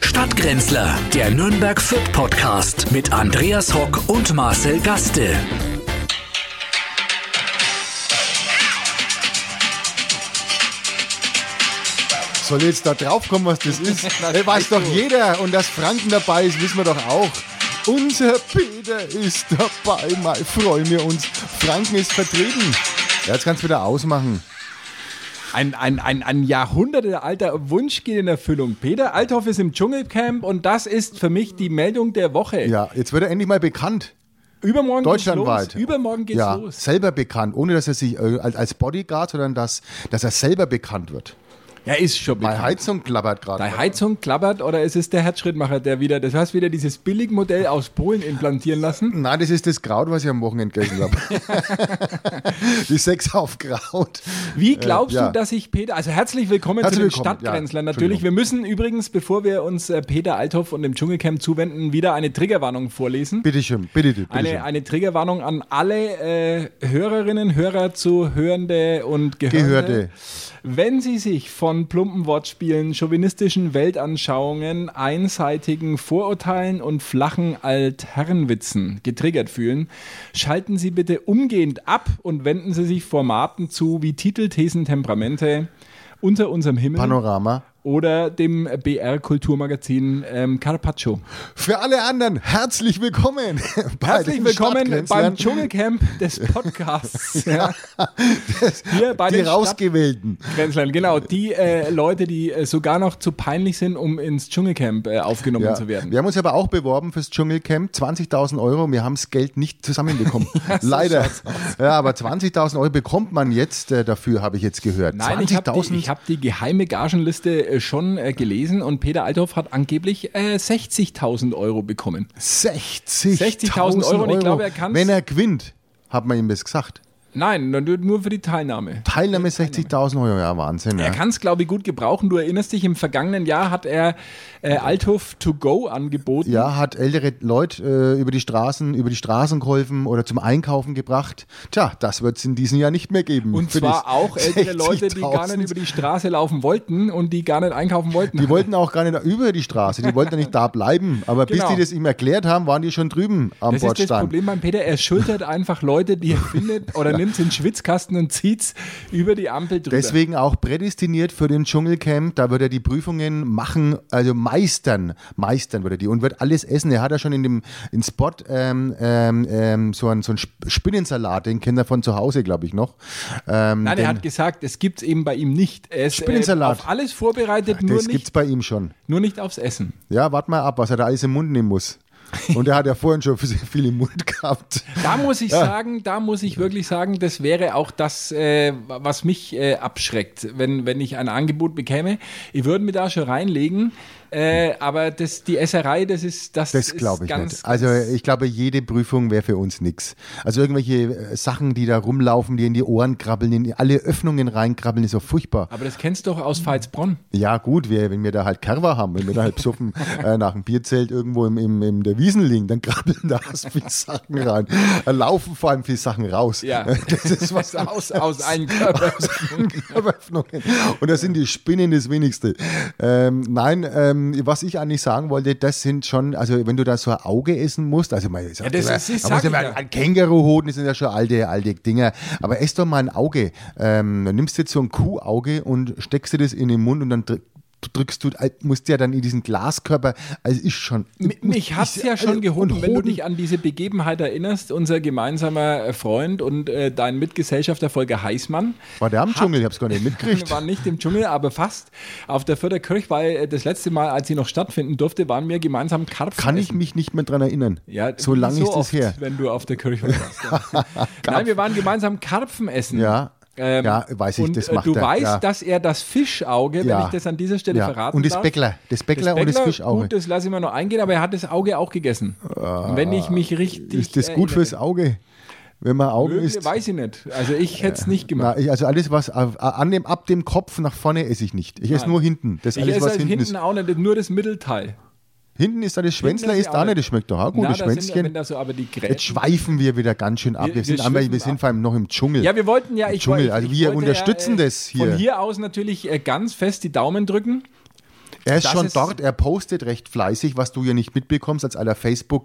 Stadtgrenzler, der Nürnberg Fürth Podcast mit Andreas Hock und Marcel Gaste. Soll jetzt da draufkommen, was das ist? Das weiß doch jeder. Und dass Franken dabei ist, wissen wir doch auch. Unser Peter ist dabei, mal freuen wir uns. Franken ist vertreten. Ja, jetzt kannst du wieder ausmachen. Ein, ein, ein, ein jahrhundertealter Wunsch geht in Erfüllung. Peter Althoff ist im Dschungelcamp und das ist für mich die Meldung der Woche. Ja, jetzt wird er endlich mal bekannt. Übermorgen Deutschlandweit. geht's los. Übermorgen geht's ja, los. selber bekannt, ohne dass er sich äh, als als Bodyguard, sondern dass, dass er selber bekannt wird. Ja, ist schon Bei bekannt. Heizung klappert gerade. Bei Heizung klappert oder ist es der Herzschrittmacher, der wieder, das heißt wieder dieses Billigmodell aus Polen implantieren lassen? Nein, das ist das Kraut, was ich am Wochenende gegessen habe. Die Sechs auf Kraut. Wie glaubst Äh, ja. du, dass ich Peter, also herzlich willkommen Herzlich zu den willkommen, ja, Stadtgrenzlern natürlich. Entschuldigung. Wir müssen übrigens, bevor wir uns äh, Peter Althoff und dem Dschungelcamp zuwenden, wieder eine Triggerwarnung vorlesen. Bitte schön, bitte, bitte schön. Eine, eine Triggerwarnung an alle äh, Hörerinnen, Hörer zu Hörende und Gehörende. Gehörte. Wenn Sie sich von plumpen Wortspielen, chauvinistischen Weltanschauungen, einseitigen Vorurteilen und flachen Altherrenwitzen getriggert fühlen, schalten Sie bitte umgehend ab und wenden Sie sich Formaten zu wie Titel, Thesen, Temperamente unter unserem Himmel Panorama. oder dem BR Kulturmagazin ähm, Carpaccio. Für alle anderen herzlich willkommen. bei Herzlich den willkommen beim Stadtgrenzlern. Dschungelcamp des Podcasts. ja. Das- Hier bei Die den rausgewählten. Grenzland, genau. Die äh, Leute, die äh, sogar noch zu peinlich sind, um ins Dschungelcamp äh, aufgenommen Ja. zu werden. Wir haben uns aber auch beworben fürs Dschungelcamp, 20.000 Euro, wir haben das Geld nicht zusammenbekommen. Leider. Ja, aber 20.000 Euro bekommt man jetzt äh, dafür, habe ich jetzt gehört. Nein, ich habe die, ich hab die geheime Gagenliste äh, schon äh, gelesen und Peter Althoff hat angeblich äh, 60.000 Euro bekommen. 60.000 60.000 Euro und ich glaube, er kann's- Wenn er gewinnt, hat man ihm das gesagt. Nein, nur, nur für die Teilnahme. Teilnahme 60.000 Euro, ja, Wahnsinn. Er Ja. kann es, glaube ich, gut gebrauchen. Du erinnerst dich, im vergangenen Jahr hat er äh, Althoff To Go angeboten. Ja, hat ältere Leute äh, über die Straßen, über die Straßen geholfen oder zum Einkaufen gebracht. Tja, das wird es in diesem Jahr nicht mehr geben. Und Für zwar die auch ältere Leute, die gar 60.000. nicht über die Straße laufen wollten und die gar nicht einkaufen wollten. Die wollten auch gar nicht über die Straße, die wollten ja nicht da bleiben. Aber Genau. bis die das ihm erklärt haben, waren die schon drüben am Das ist das Bordstein. Problem beim Peter. Er schultert einfach Leute, die er findet oder nimmt in den Schwitzkasten und zieht's über die Ampel drüber. Deswegen auch prädestiniert für den Dschungelcamp. Da wird er die Prüfungen machen, also meistern. Meistern wird er die und wird alles essen. Er hat ja schon in dem in Spot ähm, ähm, ähm, so einen, so einen Sp- Spinnensalat, den kennt er von zu Hause, glaube ich, noch. Ähm, Nein, den- er hat gesagt, es gibt's eben bei ihm nicht. Er ist äh, Spinnensalat. auf alles vorbereitet, nur das nicht, gibt's bei ihm schon. nur nicht aufs Essen. Ja, warte mal ab, was er da alles im Mund nehmen muss. Und er hat ja vorhin schon sehr viel im Mund gehabt. Da muss ich sagen, da muss ich wirklich sagen, das wäre auch das, äh, was mich äh, abschreckt, wenn, wenn ich ein Angebot bekäme. Ich würde mir da schon reinlegen, äh, aber das, die Esserei, das ist das, Das ist glaube ich ganz, nicht. Also ich glaube, jede Prüfung wäre für uns nix. Also irgendwelche äh, Sachen, die da rumlaufen, die in die Ohren krabbeln, in alle Öffnungen reinkrabbeln, ist so furchtbar. aber das kennst du doch aus Veitsbronn. Ja gut, wir, wenn wir da halt Kerwa haben, wenn wir da halt psuffen äh, nach dem Bierzelt irgendwo im, im, im der Wiesen liegen, dann krabbeln da so viele Sachen rein. Da laufen vor allem viele Sachen raus. Ja. Das ist was Aus, aus allen Körpern. Öffnungen. Und das sind die Spinnen das Wenigste. Ähm, nein, ähm, was ich eigentlich sagen wollte, das sind schon, also wenn du da so ein Auge essen musst, also man, ja, das ist- das man muss sag ich immer ja. ein Känguruhoden, das sind ja schon alte, alte Dinger. Aber ess doch mal ein Auge. Ähm, dann nimmst du jetzt so ein Kuhauge und steckst dir das in den Mund und dann drück- drückst du, äh, musst ja dann in diesen Glaskörper, also ist schon. Mi- Mich hat's ja also, schon gehoben, wenn du dich an diese Begebenheit erinnerst. Unser gemeinsamer äh, Freund und äh, dein Mitgesellschafter Volker Heißmann War der am Dschungel, ich hab's gar nicht mitgekriegt. war nicht im Dschungel, aber fast auf der Förder Kirch, weil äh, das letzte Mal, als sie noch stattfinden durfte, waren wir gemeinsam Karpfen. Kann ich essen. mich nicht mehr dran erinnern. Ja, so lange ist es oft, her. Wenn du auf der Kirche warst. ja. Nein, wir waren gemeinsam Karpfen essen. Ja. Ähm, ja, weiß ich, und, das äh, macht Du er. weißt, ja. dass er das Fischauge, wenn Ja. ich das an dieser Stelle Ja. verraten Und das darf, Bäckler. Das Bäckler und das Bäckler, Fischauge. Ah. Gut, das lasse ich mir noch eingehen, aber er hat das Auge auch gegessen. wenn ich mich richtig. Ist das gut fürs Auge? Wenn man Augen Möglich- isst? Weiß ich nicht. Also ich hätte es nicht gemacht. Na, ich, also alles, was auf- an dem, ab dem Kopf nach vorne esse ich nicht. Ich esse nur hinten. Das ich alles, esse was halt hinten, hinten ist. auch nicht, nur das Mittelteil. Hinten ist da das Schwänzler, esse ich ist auch da nicht. nicht. Das schmeckt doch auch gut, Na, das da sind ja, wenn Schwänzchen. da so aber die Gräten. Jetzt schweifen wir wieder ganz schön ab. Wir, Wir- wir sind, einmal, schwiffen wir ab. sind vor allem noch im Dschungel. Ja, wir wollten ja, ich, Dschungel, ich, also ich wir wollte unterstützen ja, äh, das hier. Von hier aus natürlich äh, ganz fest die Daumen drücken Er ist Das schon ist- dort, er postet recht fleißig, was du ja nicht mitbekommst als aller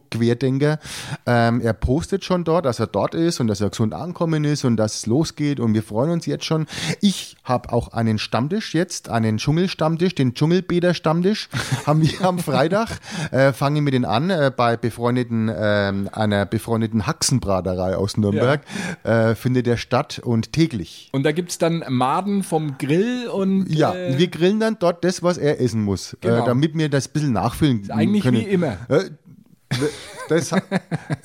Facebook-Querdenker. Ähm, er postet schon dort, dass er dort ist und dass er gesund angekommen ist und dass es losgeht und wir freuen uns jetzt schon. Ich habe auch einen Stammtisch jetzt, einen Dschungelstammtisch, den Dschungelbäder-Stammtisch haben wir am Freitag. Äh, Fangen wir den an äh, bei befreundeten, ähm, einer befreundeten Haxenbraterei aus Nürnberg. Äh, findet der statt und täglich. Und da gibt es dann Maden vom Grill und Ja, äh, wir grillen dann dort das, was er essen muss, Genau. äh, damit wir das ein bisschen nachfüllen eigentlich können. wie immer. Äh, das, ha-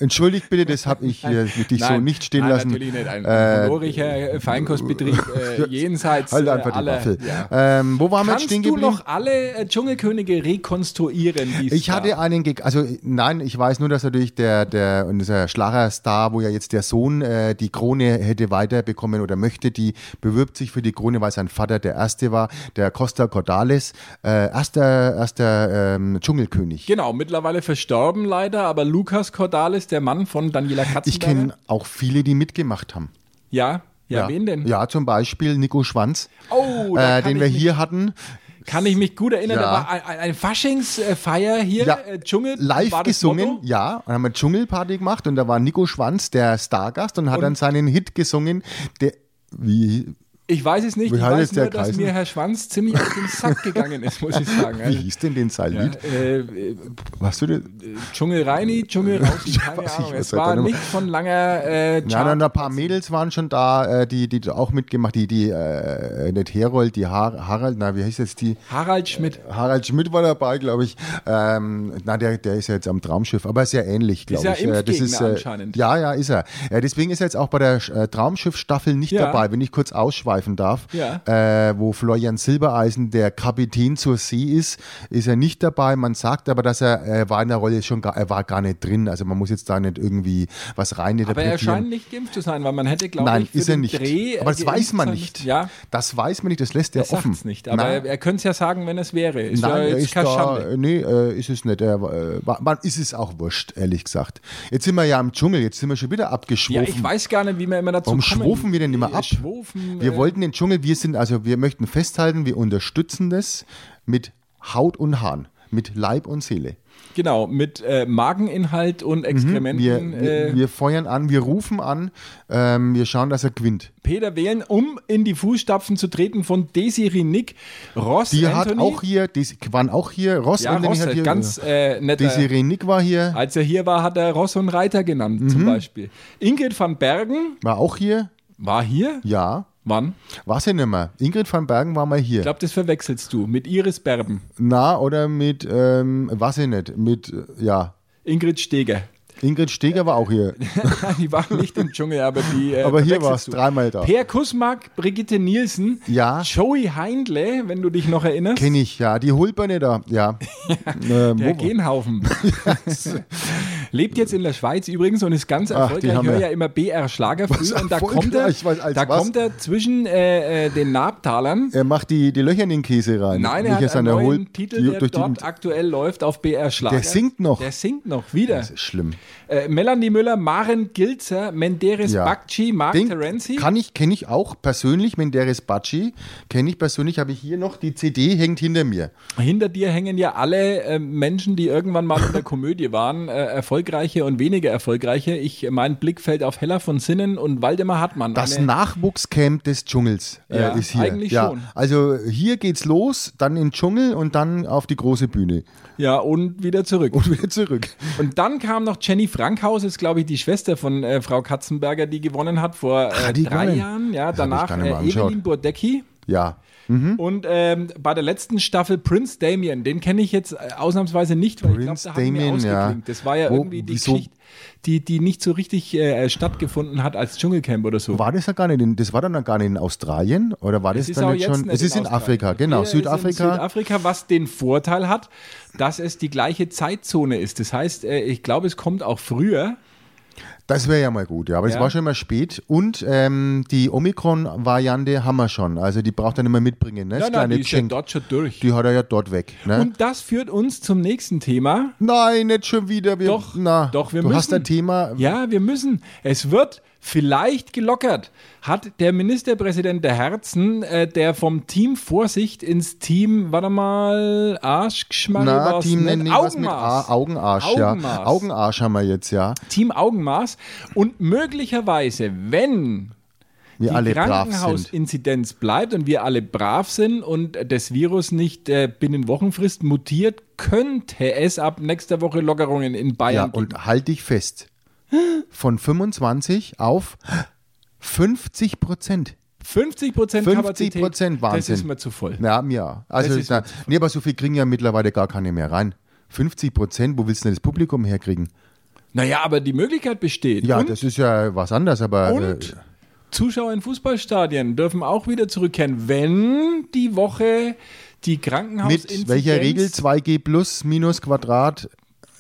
entschuldigt bitte, das habe ich hier wirklich so Nein, nicht stehen nein, lassen. Natürlich nicht. Ein Äh, honoriger Feinkostbetrieb äh, jenseits halt äh, einfach die aller- Waffel. Ja. Ähm, wo waren wir jetzt Kannst stehen du geblieben? noch alle äh, Dschungelkönige rekonstruieren? die es Ich hatte gab? einen Gig, also nein, ich weiß nur, dass natürlich der, der unser Schlagerstar, wo ja jetzt der Sohn äh, die Krone hätte weiterbekommen oder möchte, die bewirbt sich für die Krone, weil sein Vater der Erste war, der Costa Cordalis, äh, erster, erster ähm, Dschungelkönig. Genau, mittlerweile verstorben leider, aber Lukas Cordalis, der Mann von Daniela Katzenberger. Ich kenne auch viele, die mitgemacht haben. Ja, ne? ja, wen denn? Ja, zum Beispiel Nico Schwanz, Oh, da äh, kann, den ich Äh, wir mich, hier hatten. kann ich mich gut erinnern, Ja. da war ein, ein, ein Faschingsfeier hier, Ja. äh, Dschungel. Live war das gesungen, Motto? ja, und haben eine Dschungelparty gemacht und da war Nico Schwanz der Stargast und hat dann seinen Hit gesungen, der wie, Ich weiß es nicht, Wie ich heißt weiß der nur, dass Kreisen? mir Herr Schwanz ziemlich auf den Sack gegangen ist, muss ich sagen. wie hieß denn den sein Lied? äh, äh, Was du das? Dschungel reini, Dschungel raus, keine Weiß ich, Ahnung. was Es halt war dann immer- nicht von langer äh, Nein, Chart- nein, ein paar Mädels waren schon da, äh, die, die auch mitgemacht, die, die, äh, nicht Herold, die Har Harald, na, wie heißt jetzt die? Harald Schmidt. Harald Schmidt war dabei, glaube ich. Ähm, na, der, der ist ja jetzt am Traumschiff, aber ist ja ähnlich, glaube ja ich. Äh, Impfgegner äh, anscheinend. Ja, ja, ist er. Äh, deswegen ist er jetzt auch bei der äh, Traumschiff-Staffel nicht Ja. dabei, wenn ich kurz ausschweifen darf. Ja. Äh, wo Florian Silbereisen der Kapitän zur See ist, ist er nicht dabei. Man sagt aber, dass er, er war in der Rolle schon, gar, er war gar nicht drin. Also man muss jetzt da nicht irgendwie was Aber reininterpretieren. er scheint nicht geimpft zu sein, weil man hätte, glaube Nein, ich, für ist er den nicht. Dreh, äh, aber das geimpft weiß man sein nicht. müssen. Ja, Das weiß man nicht, das lässt er, er offen. sagt es nicht. Aber Nein. er, er könnte es ja sagen, wenn es wäre. Ist ja Nein, er jetzt ist keine da, Schande. nee, äh, ist es nicht. Er, äh, war- war- ist es auch wurscht, ehrlich gesagt. Jetzt sind wir ja im Dschungel, jetzt sind wir schon wieder Ja, abgeschwofen. ich weiß gar nicht, wie man immer dazu Warum kommen. schwofen wir denn immer ab? Schwofen, wir äh, wollten den Dschungel, wir sind, also wir möchten festhalten, wir unterstützen das mit Haut und Haaren, mit Leib und Seele. Genau, mit äh, Mageninhalt und Mhm. Wir, Exkrementen. wir, äh, wir feuern an, wir rufen an, ähm, wir schauen, dass er gewinnt. Peter wählen, um in die Fußstapfen zu treten von Desiree Nick, Ross Die Anthony. hat auch hier, die waren auch hier, Ross ja, Anthony genau. Ross, hat hier, ganz äh, netter. die Sirenik war hier, Als er hier war, hat er Ross und Reiter genannt, Mhm. zum Beispiel. Ingrid van Bergen war auch hier, war hier. ja. Wann? War sie nicht mehr. Ingrid van Bergen war mal hier. Ich glaube, das verwechselst du mit Iris Berben. Na, oder mit, ähm, weiß ich nicht, mit, äh, ja, Ingrid Steger. Ingrid Steger war auch hier. die war nicht im Dschungel, aber die. Äh, Aber hier verwechselst war es du. dreimal da. Per Kusmak, Brigitte Nielsen, Ja. Joey Heindle, wenn du dich noch erinnerst. Kenn ich, ja. Die Hulperne da, ja. ähm, Der wo- Genhaufen. Lebt jetzt in der Schweiz übrigens und ist ganz Ach, die erfolgreich. haben ich höre wir. ja immer BR Schlager früh und da kommt er, erfolgreich, was- als da was? kommt er zwischen äh, äh, den Nabtalern. er macht die, die Löcher in den Käse rein. Nein, er Nicht hat erst einen an der neuen Hul- Titel, die- der durch die- dort aktuell läuft auf BR Schlager. Der singt noch. Der singt noch, wieder. Das ist schlimm. Äh, Melanie Müller, Maren Gilzer, Menderes Ja. Bakci, Mark Den Terenzi. kann ich, kenne ich auch persönlich, Menderes Bacci. Kenne ich persönlich, habe ich hier noch, die CD hängt hinter mir. Hinter dir hängen ja alle äh, Menschen, die irgendwann mal in der Komödie waren, äh, erfolgreiche und weniger erfolgreiche. Ich, mein Blick fällt auf Hella von Sinnen und Waldemar Hartmann. Das Eine- Nachwuchscamp des Dschungels äh, Ja, ist hier. eigentlich ja. schon. Also hier geht's los, dann in den Dschungel und dann auf die große Bühne. ja, und wieder zurück. Und wieder zurück. Und dann kam noch Jenny Frankhaus, ist glaube ich die Schwester von äh, Frau Katzenberger, die gewonnen hat vor äh, Ah, die drei gewonnen? Jahren. Ja, ich danach gar nicht äh, mal angeschaut. Hm? Evelyn Burdecki. Ja. Und ähm, bei der letzten Staffel Prince Damien, den kenne ich jetzt äh, ausnahmsweise nicht, weil Prince ich glaube, da haben wir Damien, ja. ausgeklinkt. Das war ja Wo- irgendwie die wieso? Geschichte, die, die nicht so richtig äh, stattgefunden hat als Dschungelcamp oder so. War das ja gar nicht in, das war dann noch gar nicht in Australien oder war das ist auch dann nicht jetzt schon? nicht Es ist in Australien. Afrika, genau, Ja, es ist in Südafrika. Südafrika, was den Vorteil hat, dass es die gleiche Zeitzone ist. Das heißt, äh, ich glaube, es kommt auch früher. Das wäre ja mal gut, ja. Aber es Ja. war schon immer spät. Und ähm, die Omikron-Variante haben wir schon. Also die braucht er nicht mehr mitbringen. Ne? Das Nein, nein, kleine die ist ja Geschenk. dort schon durch. die hat er ja dort weg. Ne? Und das führt uns zum nächsten Thema. Nein, nicht schon wieder. Wir, Doch, na, doch, wir du müssen. hast ein Thema. Ja, wir müssen. Es wird vielleicht gelockert, hat der Ministerpräsident der Herzen, äh, der vom Team Vorsicht ins Team, warte mal, Arschgeschmack Na, Team nennen die was mit A, Augenmaß. Augenarsch, ja. Augenmaß. Augenarsch haben wir jetzt, ja. Team Augenmaß. Und möglicherweise, wenn Wir die alle brav sind. Krankenhausinzidenz bleibt und wir alle brav sind und das Virus nicht äh, binnen Wochenfrist mutiert, könnte es ab nächster Woche Lockerungen in Ja, Bayern geben. und halt dich fest. Von 25 auf 50 Prozent. 50 Prozent 50 Kapazität. Prozent Wahnsinn. Das ist mir zu voll. Ja, ja. Also, Das ist na, mir nee, aber so viel kriegen ja mittlerweile gar keine mehr rein. 50 Prozent, wo willst du denn das Publikum herkriegen? Naja, aber die Möglichkeit besteht. Ja, und das ist ja was anderes, aber und äh, Zuschauer in Fußballstadien dürfen auch wieder zurückkehren, wenn die Woche die mit Krankenhausinzidenz... welcher Regel 2G plus minus Quadrat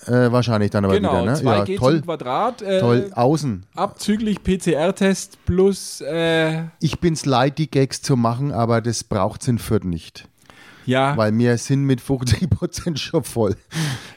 äh, wahrscheinlich dann aber Genau, wieder, ne? 2G ja, toll, zum Quadrat. Äh, toll. Außen. Abzüglich PCR-Test plus, äh, Ich bin's leid, die Gags zu machen, aber das braucht's in Fürth nicht. ja, Weil wir sind mit 50 Prozent schon voll.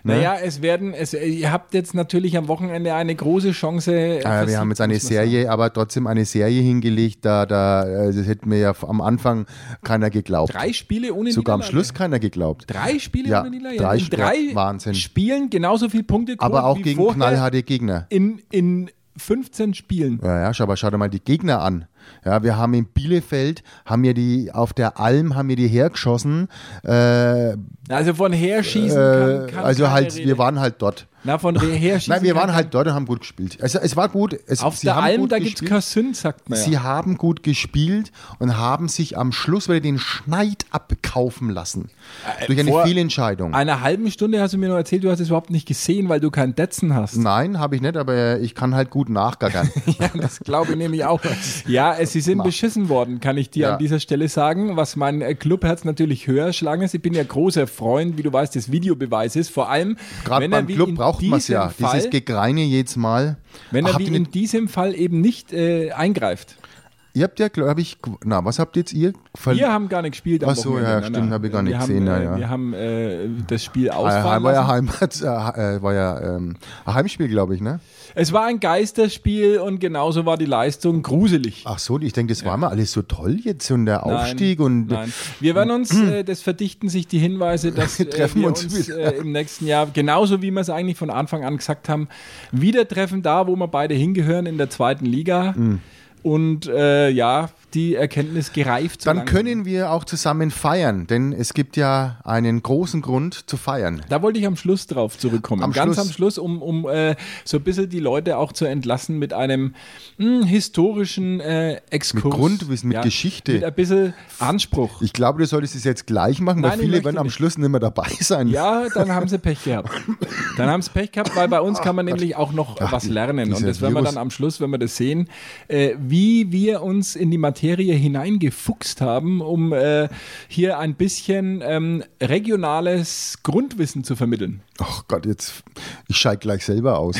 Ne? naja, es werden, es, ihr habt jetzt natürlich am Wochenende eine große Chance. äh, Ah Ja, wir versiegt, haben jetzt eine muss man Serie, aber trotzdem eine Serie hingelegt, da, da äh, das hätte mir ja am Anfang keiner geglaubt. Drei Spiele ohne Sogar am Niederlage. Schluss keiner geglaubt. Drei Spiele Ja, ohne Niederlage. drei in Spiele. drei Wahnsinn. Spielen genauso viele Punkte geholt Aber auch wie gegen vorher knallharte Gegner. in, in 15 Spielen. Ja, ja, schau, aber schau dir mal die Gegner an. Ja, wir haben in Bielefeld, haben wir die, auf der Alm haben wir die hergeschossen. Äh, Also von herschießen äh, kann, kann also keine halt, Rede. wir waren halt dort. Na, von herschießen Nein, wir kann waren halt dort und haben gut gespielt. Also es war gut. Es, Auf sie der haben Alm, gut da gibt es gespielt. kein Sünd, sagt man. Sie ja. haben gut gespielt und haben sich am Schluss wieder den Schneid abkaufen lassen. durch eine Äh, vor- Fehlentscheidung. Einer halben Stunde hast du mir noch erzählt, du hast es überhaupt nicht gesehen, weil du kein Detzen hast. Nein, habe ich nicht, aber ich kann halt gut nachgackern. Ja, das glaube ich nämlich auch. Ja, es, sie sind beschissen worden, kann ich dir Ja. an dieser Stelle sagen, was mein äh, Clubherz natürlich höher schlagen ist. Ich bin ja großer Freund, wie du weißt, des Videobeweises. Vor allem, Gerade wenn er beim wie Club in braucht man es diesem ja. Fall, Dieses Gegreine jedes Mal. wenn er habt wie ihr, in nicht, diesem Fall eben nicht äh, eingreift. ihr habt ja, glaube ich, na, was habt jetzt ihr? Ver Wir haben gar nicht gespielt. am Ach so, Wochenende. ja, Nein, stimmt, nein. habe ich gar nicht wir haben, gesehen, ja, äh, ja. Wir haben äh, das Spiel Ah, ausfahren war ja lassen. Heimat, äh, war ja ähm, ein Heimspiel, glaube ich, ne? Es war ein Geisterspiel und genauso war die Leistung gruselig. Ach so, ich denke, das war mal alles so toll jetzt und der Aufstieg nein, und Nein. Wir werden uns, äh, das verdichten sich die Hinweise, dass Wir treffen äh, wir uns uns, wieder. äh, im nächsten Jahr, genauso wie wir es eigentlich von Anfang an gesagt haben, wieder treffen da, wo wir beide hingehören, in der zweiten Liga. Mhm. Und äh, ja, die Erkenntnis gereift. so dann langsam. können wir auch zusammen feiern, denn es gibt ja einen großen Grund zu feiern. Da wollte ich am Schluss drauf zurückkommen. Am Ganz Schluss. am Schluss, um, um äh, so ein bisschen die Leute auch zu entlassen mit einem mh, historischen äh, Exkurs. Mit Grundwissen, mit Geschichte. Mit ein bisschen Anspruch. Ich glaube, du solltest es jetzt gleich machen, weil Nein, ich viele möchte werden am nicht. Schluss nicht mehr dabei sein. Ja, dann haben sie Pech gehabt. Dann haben sie Pech gehabt, weil bei uns kann man nämlich auch noch was lernen. Und dieser das werden wir Virus. dann am Schluss, wenn wir das sehen, äh, wie wir uns in die Materie hineingefuchst haben, um äh, hier ein bisschen ähm, regionales Grundwissen zu vermitteln. Ach Gott, jetzt, ich schalte gleich selber aus.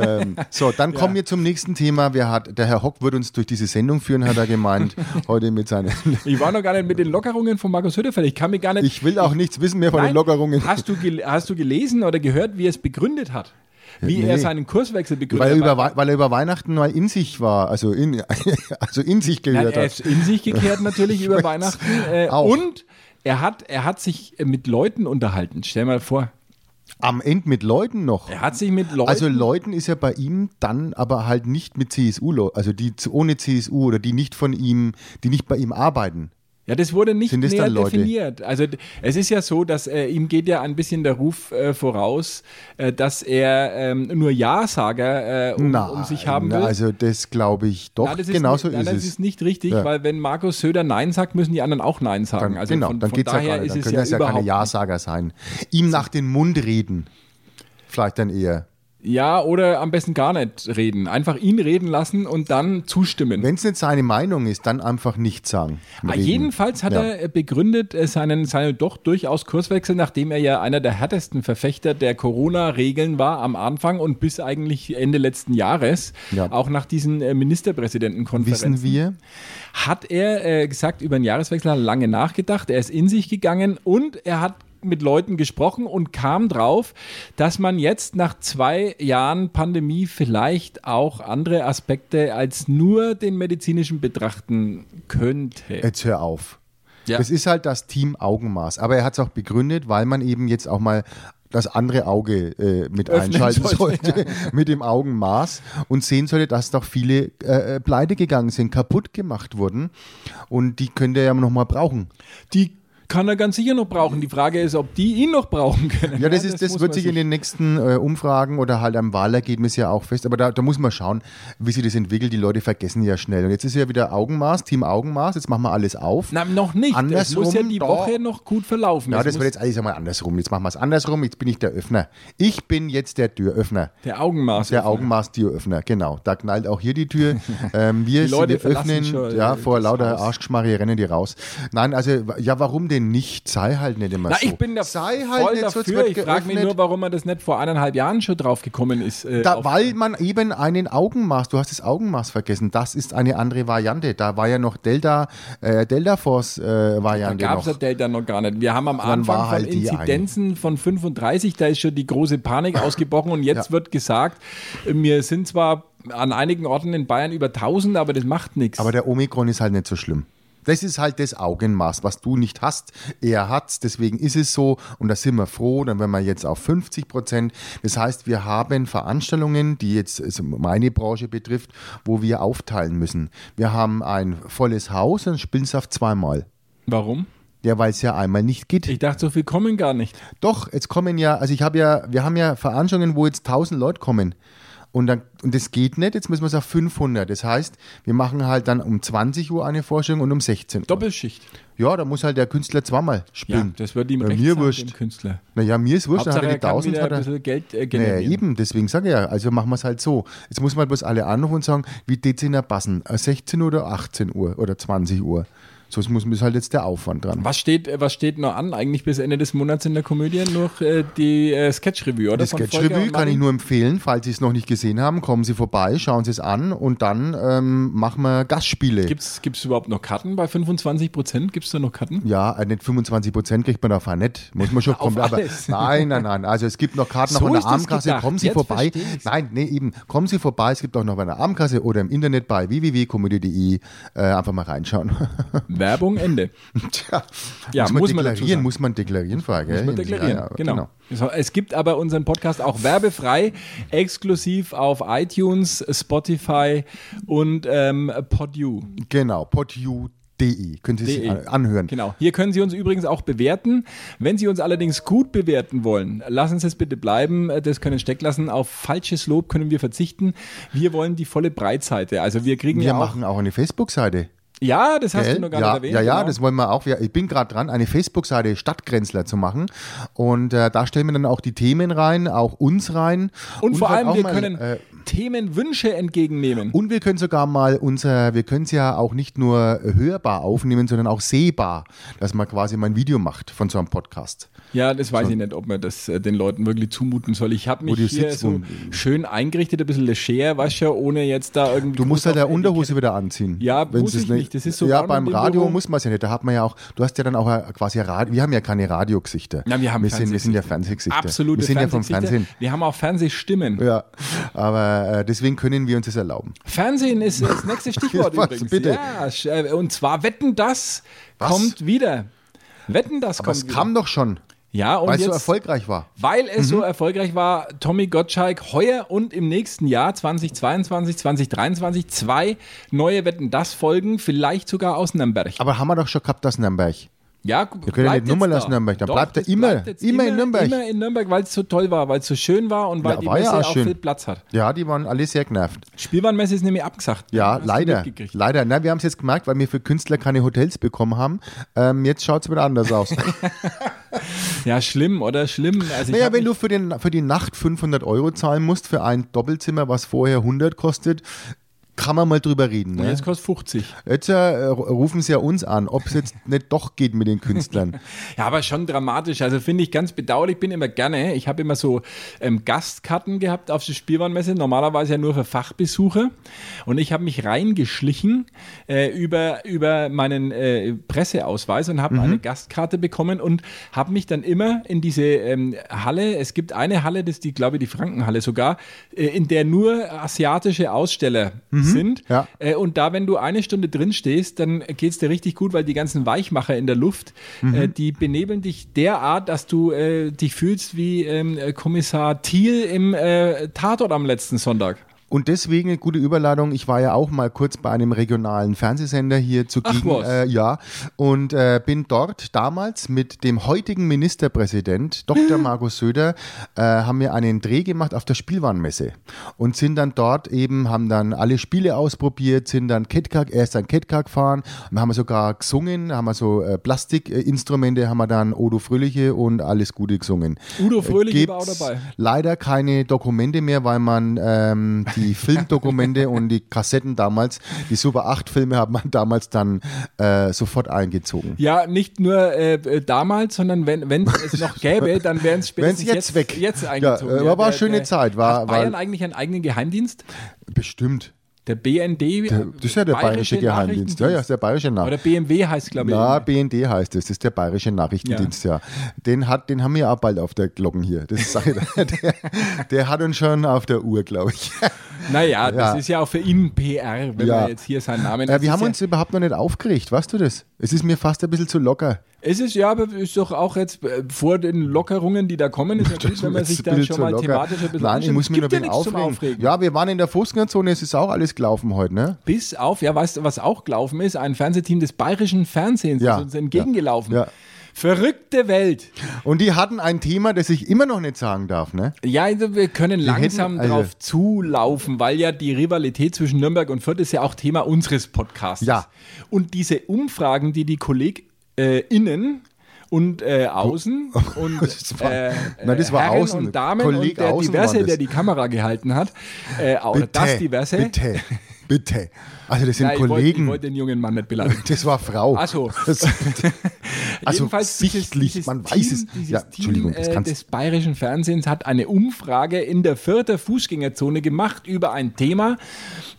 ähm, so, dann kommen wir zum nächsten Thema. Wer hat, der Herr Hock wird uns durch diese Sendung führen, hat er gemeint, heute mit seinen. Ich war noch gar nicht mit den Lockerungen von Markus Höderfeld. Ich kann mir gar nicht. Ich will auch nichts wissen mehr von den Nein. Lockerungen. Hast du, gel- hast du gelesen oder gehört, wie er es begründet hat? Wie Nee. er seinen Kurswechsel begründet Weil er, hat? über, Wei- weil er über Weihnachten mal in sich war, also in, also in sich Nein, gehört er hat. ist in sich gekehrt natürlich über weiß. Weihnachten. Äh, Auch. und er hat, er hat sich äh, mit Leuten unterhalten. Stell mal vor, Am Ende mit Leuten noch. er hat sich mit Leuten. Also Leuten ist ja bei ihm dann aber halt nicht mit CSU, Leu- also die zu- ohne CSU oder die nicht von ihm, die nicht bei ihm arbeiten. ja, das wurde nicht Sind das näher dann Leute? definiert. Also d- es ist ja so, dass äh, ihm geht ja ein bisschen der Ruf äh, voraus, äh, dass er ähm, nur Ja-Sager äh, um, um sich haben will. Nein, Also das glaube ich doch, Nein, das genau so nein, ist das es. ist nicht richtig, Ja. weil wenn Markus Söder Nein sagt, müssen die anderen auch Nein sagen. Dann, also genau, von, dann von geht es ja daher gar nicht. ist Dann es können ja, das ja überhaupt keine Ja-Sager sein. Ihm nach den Mund reden, vielleicht dann eher. Ja, oder am besten gar nicht reden. Einfach ihn reden lassen und dann zustimmen. Wenn es nicht seine Meinung ist, dann einfach nichts sagen. Ah, Reden. Jedenfalls hat Ja. er äh, begründet äh, seinen, seinen doch durchaus Kurswechsel, nachdem er ja einer der härtesten Verfechter der Corona-Regeln war am Anfang und bis eigentlich Ende letzten Jahres, Ja. auch nach diesen äh, Ministerpräsidentenkonferenzen, Wissen wir? hat er äh, gesagt, über den Jahreswechsel hat er lange nachgedacht, er ist in sich gegangen und er hat mit Leuten gesprochen und kam drauf, dass man jetzt nach zwei Jahren Pandemie vielleicht auch andere Aspekte als nur den medizinischen betrachten könnte. Jetzt hör auf. Ja. Das ist halt das Team Augenmaß. Aber er hat es auch begründet, weil man eben jetzt auch mal das andere Auge äh, mit Öffnen einschalten sollte, sollte, mit dem Augenmaß und sehen sollte, dass doch viele äh, äh, pleite gegangen sind, kaputt gemacht wurden und die könnte er ja noch mal brauchen. Die kann er ganz sicher noch brauchen. Die Frage ist, ob die ihn noch brauchen können. Ja, das, ist, das muss wird man sich in den nächsten äh, Umfragen oder halt am Wahlergebnis ja auch fest. Aber da, da muss man schauen, wie sich das entwickelt. Die Leute vergessen ja schnell. Und jetzt ist ja wieder Augenmaß, Team Augenmaß. Jetzt machen wir alles auf. Na, noch nicht. Es Andersrum, muss ja die doch. Woche noch gut verlaufen. Ja, Es das muss wird jetzt alles einmal andersrum. Jetzt machen wir es andersrum. Jetzt bin ich der Öffner. Ich bin jetzt der Türöffner. der Augenmaß. Der Augenmaß-Türöffner, genau. Da knallt auch hier die Tür. Ähm, wir Die Leute sind- verlassen öffnen, schon, ja, äh, vor das lauter Haus. Arschgeschmarre rennen die raus. Nein, also, ja, warum denn nicht? Sei halt nicht immer Na, so. ich bin da Sei voll halt nicht so, es dafür. wird Ich frage mich geöffnet. nur, warum er das nicht vor eineinhalb Jahren schon drauf gekommen ist. äh, Da, auf- weil man eben einen Augenmaß, du hast das Augenmaß vergessen, das ist eine andere Variante. Da war ja noch Delta, äh, Delta Force äh, da Variante gab noch. es Delta noch gar nicht. Wir haben am war Anfang halt von die eine. Inzidenzen von 35, da ist schon die große Panik ausgebrochen und jetzt Ja. wird gesagt, wir sind zwar an einigen Orten in Bayern über 1000, aber das macht nichts. Aber der Omikron ist halt nicht so schlimm. Das ist halt das Augenmaß, was du nicht hast. Er hat's, deswegen ist es so. Und da sind wir froh, dann werden wir jetzt auf 50 Prozent. Das heißt, wir haben Veranstaltungen, die jetzt also meine Branche betrifft, wo wir aufteilen müssen. Wir haben ein volles Haus und spielen es auf zweimal. Warum? Ja, weil es ja einmal nicht geht. Ich dachte, so viel kommen gar nicht. Doch, jetzt kommen ja, also ich habe ja, wir haben ja Veranstaltungen, wo jetzt 1000 Leute kommen. Und, dann, und das geht nicht, jetzt müssen wir es auf 500. Das heißt, wir machen halt dann um 20 Uhr eine Vorstellung und um 16 Uhr. Doppelschicht. Ja, da muss halt der Künstler zweimal Ja, spielen. das wird ihm Ja, recht mir sein, wurscht. dem Künstler. Naja, mir ist wurscht, Hauptsache, dann hat er er die kann 1000, wieder hat ein er, bisschen Geld äh, naja, generieren. eben, deswegen sage ich ja, also machen wir es halt so. Jetzt muss man bloß alle anrufen und sagen, wie deziner passen, 16 Uhr oder 18 Uhr oder 20 Uhr. Sonst muss ist halt jetzt der Aufwand dran. Was steht, äh, was steht noch an? Eigentlich bis Ende des Monats in der Komödie noch äh, die äh, Sketch-Review, oder? Das Von Sketch Volker Revue und kann ich Martin? nur empfehlen, falls Sie es noch nicht gesehen haben, kommen Sie vorbei, schauen Sie es an und dann ähm, machen wir Gastspiele. Gibt's, gibt's überhaupt noch Karten bei 25 Prozent? Gibt's da noch Karten? ja, äh, nicht 25 Prozent kriegt man davon nicht. Muss man schon kommen. Aber alles. nein, nein, nein. Also es gibt noch Karten So auch in der ist das Abendkasse. gedacht. Kommen Sie Jetzt vorbei. versteh ich's. Nein, nee, eben. Kommen Sie vorbei. Es gibt auch noch bei der Abendkasse oder im Internet bei www.comedy.de. Äh, einfach mal reinschauen. Werbung Ende. Tja, Ja, muss man muss man dazu deklarieren. sagen. muss man deklarieren, Frage. Muss man deklarieren. genau. So, Es gibt aber unseren Podcast auch werbefrei, exklusiv auf iTunes, Spotify und ähm, Podu. Genau. Podu.de. Können Sie DE. sich an- anhören. Genau. Hier können Sie uns übrigens auch bewerten. Wenn Sie uns allerdings gut bewerten wollen, lassen Sie es bitte bleiben. Das können Sie stecken lassen. Auf falsches Lob können wir verzichten. Wir wollen die volle Breitseite. Also wir kriegen Wir ja auch. machen auch eine Facebook-Seite. Ja, das hast Gell? du noch gar ja, nicht erwähnt. ja, ja, genau. das wollen wir auch. Ja, ich bin gerade dran, eine Facebook-Seite Stadtgrenzler zu machen. Und äh, da stellen wir dann auch die Themen rein, auch uns rein. Und vor halt allem, auch wir mal, können äh, Themenwünsche entgegennehmen. und wir können sogar mal unser, wir können es ja auch nicht nur hörbar aufnehmen, sondern auch sehbar, dass man quasi mal ein Video macht von so einem Podcast. Ja, das weiß ich nicht, ob man das äh, den Leuten wirklich zumuten soll. Ich habe mich du hier sitzt so und- schön eingerichtet, ein bisschen leger, weißt du, ohne jetzt da irgendwie. Du musst groß halt der auf Unterhose wieder anziehen. Ja, wenn's muss ich nicht. Das ist so ja, warm beim im Radio Büro. muss man es ja nicht. Da hat man ja auch, du hast ja dann auch äh, quasi Radio, wir haben ja keine Radiogesichter. Na, wir haben wir sind, wir sind ja Fernsehgesichter. Absolute Wir sind ja vom Fernsehsichter. Fernsehen. Wir haben auch Fernsehstimmen. Ja, aber äh, deswegen können wir uns das erlauben. Fernsehen ist das nächste Stichwort Was, übrigens. bitte? Ja, sch- äh, und zwar Wetten das Was? kommt wieder. Wetten das Aber kommt es wieder. kam doch schon, ja, und weil es jetzt, so erfolgreich war. Weil es Mhm. so erfolgreich war, Tommy Gottschalk heuer und im nächsten Jahr 2022, 2023 zwei neue Wetten das folgen, vielleicht sogar aus Nürnberg. Aber haben wir doch schon gehabt, das Nürnberg. Ja, Wir können ja nicht Nummer lassen, Nürnberg. Dann bleibt er das immer- jetzt immer in Nürnberg. Immer in Nürnberg, weil es so toll war, weil es so schön war und weil Ja, die war Messe ja auch auch schön. viel Platz hat. Ja, die waren alle sehr genervt. Spielwarenmesse ist nämlich abgesagt. Ja, Hast du leider. mitgekriegt? Leider. Na, wir haben es jetzt gemerkt, weil wir für Künstler keine Hotels bekommen haben. Ähm, jetzt schaut es wieder anders aus. Ja, schlimm, oder? Schlimm. Also ich Naja, hab wenn mich- du für, den, für die Nacht 500 Euro zahlen musst, für ein Doppelzimmer, was vorher 100 kostet, kann man mal drüber reden. Und Ne? jetzt kostet 50. Jetzt äh, rufen sie ja uns an, ob es jetzt nicht doch geht mit den Künstlern. Ja, aber schon dramatisch. Also finde ich ganz bedauerlich. Bin immer gerne. Ich habe immer so ähm, Gastkarten gehabt auf der Spielwarenmesse. Normalerweise ja nur für Fachbesucher. Und ich habe mich reingeschlichen äh, über, über meinen äh, Presseausweis und habe eine Gastkarte bekommen und habe mich dann immer in diese ähm, Halle, es gibt eine Halle, das ist die, glaube ich, die Frankenhalle sogar, äh, in der nur asiatische Aussteller sind. Ja. Äh, und da, wenn du eine Stunde drin stehst, dann geht's dir richtig gut, weil die ganzen Weichmacher in der Luft, Mhm. äh, die benebeln dich derart, dass du äh, dich fühlst wie ähm, äh, Kommissar Thiel im äh, Tatort am letzten Sonntag. Und deswegen eine gute Überladung. Ich war ja auch mal kurz bei einem regionalen Fernsehsender hier zugegen. was. äh, ja. Und äh, bin dort damals mit dem heutigen Ministerpräsident, Dr. Markus Söder, äh, haben wir einen Dreh gemacht auf der Spielwarenmesse. Und sind dann dort eben, haben dann alle Spiele ausprobiert, sind dann Ketkak, erst an Ketkak gefahren, dann haben wir sogar gesungen, haben wir so äh, Plastikinstrumente, haben wir dann Odo Fröhliche und alles Gute gesungen. Udo Fröhlich war Äh, auch Gibt's dabei. leider keine Dokumente mehr, weil man ähm, die Filmdokumente und die Kassetten damals, die Super 8 Filme hat man damals dann äh, sofort eingezogen. Ja, nicht nur äh, äh, damals, sondern wenn wenn es noch gäbe, dann wären es Wenn's spätestens jetzt jetzt weg. Jetzt Ja, eingezogen. äh, aber war schöne Zeit, war- hat Bayern war- eigentlich einen eigenen Geheimdienst? Bestimmt. Der BND? Der, Das ist ja der bayerische, Geheimdienst. Ja, ja, ist der bayerische Nach- Oder BMW heißt, glaube ich. Na, BND heißt es, das ist der bayerische Nachrichtendienst, ja. Den, hat, den haben wir auch bald auf der Glocken hier. Das sag ich, der, der hat uns schon auf der Uhr, glaube ich. Naja, das Ja. ist ja auch für ihn PR, wenn Ja. man jetzt hier seinen Namen Ja, Das Äh, wir ist haben ja, uns überhaupt noch nicht aufgeregt, weißt du das? Es ist mir fast ein bisschen zu locker. Es ist ja, aber ist doch auch jetzt äh, vor den Lockerungen, die da kommen, ist ja gut, wenn man Jetzt sich da bin ich schon zu mal locker. thematisch ein bisschen Nein, ich anstrengt. muss Es mich noch gibt ja ein bisschen nichts zum aufregen. Aufregen. Ja, wir waren in der Fußgängerzone, es ist auch alles gelaufen heute, ne? Bis auf, ja, weißt du, was auch gelaufen ist? Ein Fernsehteam des bayerischen Fernsehens Ja. ist uns entgegengelaufen. Ja. Ja. Verrückte Welt. Und die hatten ein Thema, das ich immer noch nicht sagen darf, ne? Ja, also wir können langsam hätten- also- drauf zulaufen, weil ja die Rivalität zwischen Nürnberg und Fürth ist ja auch Thema unseres Podcasts. Ja. Und diese Umfragen, die die KollegInnen äh, innen und äh, außen und Oh, Das war- äh, Nein, das war Herren außen. und Damen Kolleg und der außen waren Diverse, das. der die Kamera gehalten hat, äh, oder das Diverse. Bitte, bitte. Also das sind Nein, ich wollte Kollegen. wollt den jungen Mann nicht beleidigen. das war Frau. Ach so. Das, also Jedenfalls sichtlich, man weiß es. Dieses Ja, Entschuldigung, Team, das äh, kannst- des bayerischen Fernsehens hat eine Umfrage in der Fürther Fußgängerzone gemacht über ein Thema,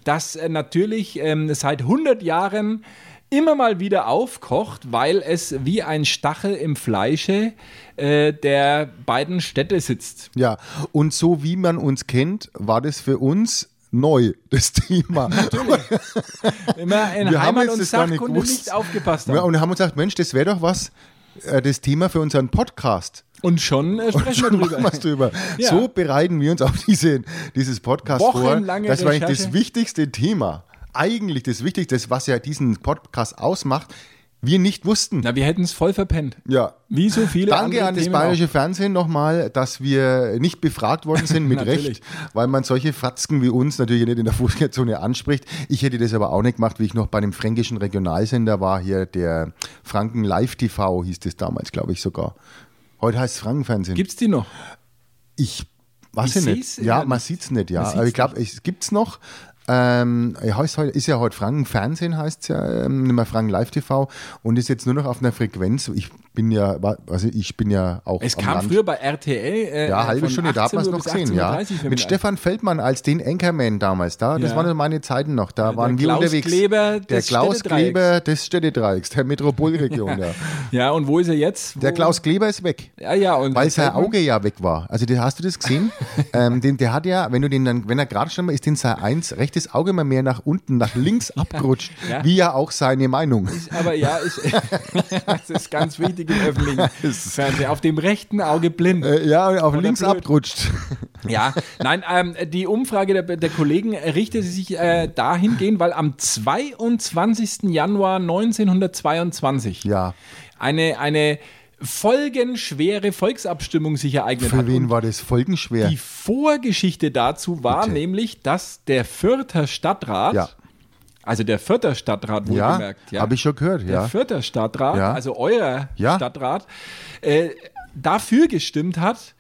das äh, natürlich ähm, seit 100 Jahren immer mal wieder aufkocht, weil es wie ein Stachel im Fleische äh, der beiden Städte sitzt. Ja, und so wie man uns kennt, war das für uns neu, das Thema. Immer in Wir haben Heimat jetzt und das gar nicht Sachkunde gewusst. nicht aufgepasst Ja, haben. und haben uns gedacht, Mensch, das wäre doch was, äh, das Thema für unseren Podcast. Und schon äh, sprechen Schon wir machen wir's drüber. drüber. Ja. So bereiten wir uns auf diese, dieses Podcast vor. Wochenlange Das war eigentlich das Recherche. wichtigste Thema. Eigentlich das Wichtigste, das, was ja diesen Podcast ausmacht, wir nicht wussten. Na, wir hätten es voll verpennt. ja. Wie so viele Danke andere an das Themen auch. bayerische Fernsehen nochmal, dass wir nicht befragt worden sind, mit Natürlich. Recht, weil man solche Fratzken wie uns natürlich nicht in der Fußgängerzone anspricht. Ich hätte das aber auch nicht gemacht, wie ich noch bei einem fränkischen Regionalsender war, hier der Franken Live TV hieß das damals, glaube ich sogar. Heute heißt es Frankenfernsehen. Gibt's die noch? Ich weiß Ich ich seh's nicht. Ja, ja man nicht. sieht es nicht, ja. Man sieht's Aber ich glaube, es gibt es noch. Ähm, ja, heißt heute, ist ja heute Franken Fernsehen, heißt es ja, ähm, nicht mehr Franken Live TV und ist jetzt nur noch auf einer Frequenz. Ich bin ja, wa- also ich bin ja auch. Es am kam Land. früher bei RTL. Äh, Ja, halbe von Stunde, da hat man es 18 Uhr noch bis gesehen, ja. 18.30 Uhr, Mit wenn man- Stefan Feldmann als den Anchorman damals, da, das Ja. waren meine Zeiten noch, da waren wir Klaus unterwegs. Kleber der des Klaus Städtedreiecks. Kleber des Städtedreiecks, der Metropolregion, ja. Ja, und wo ist er jetzt? Wo? Der Klaus Kleber ist weg. Ja, ja, und Weil sein Feldmann? Auge ja weg war. Also den, hast du das gesehen? ähm, den, der hat ja, wenn du den dann, wenn er gerade stand, ist den sein eins rechtes Auge immer mehr nach unten, nach links abgerutscht, ja. wie ja auch seine Meinung. Ist, aber ja, ist, das ist ganz wichtig im öffentlichen Fernsehen. Auf dem rechten Auge blind. Äh, ja, auf links blöd. abgerutscht. Ja, nein, ähm, die Umfrage der, der Kollegen richtete sich äh, dahingehend, weil am 22. Januar 1922 Ja. eine, eine folgenschwere Volksabstimmung sich ereignet hat. Für Und wen war das folgenschwer? Die Vorgeschichte dazu war Bitte. nämlich, dass der Fürther Stadtrat, Ja. also der Fürther Stadtrat Ja, wohlgemerkt, ja, habe ich schon gehört, der ja. Fürther also Stadtrat, Ja. also euer Ja. Stadtrat, äh, dafür gestimmt hat,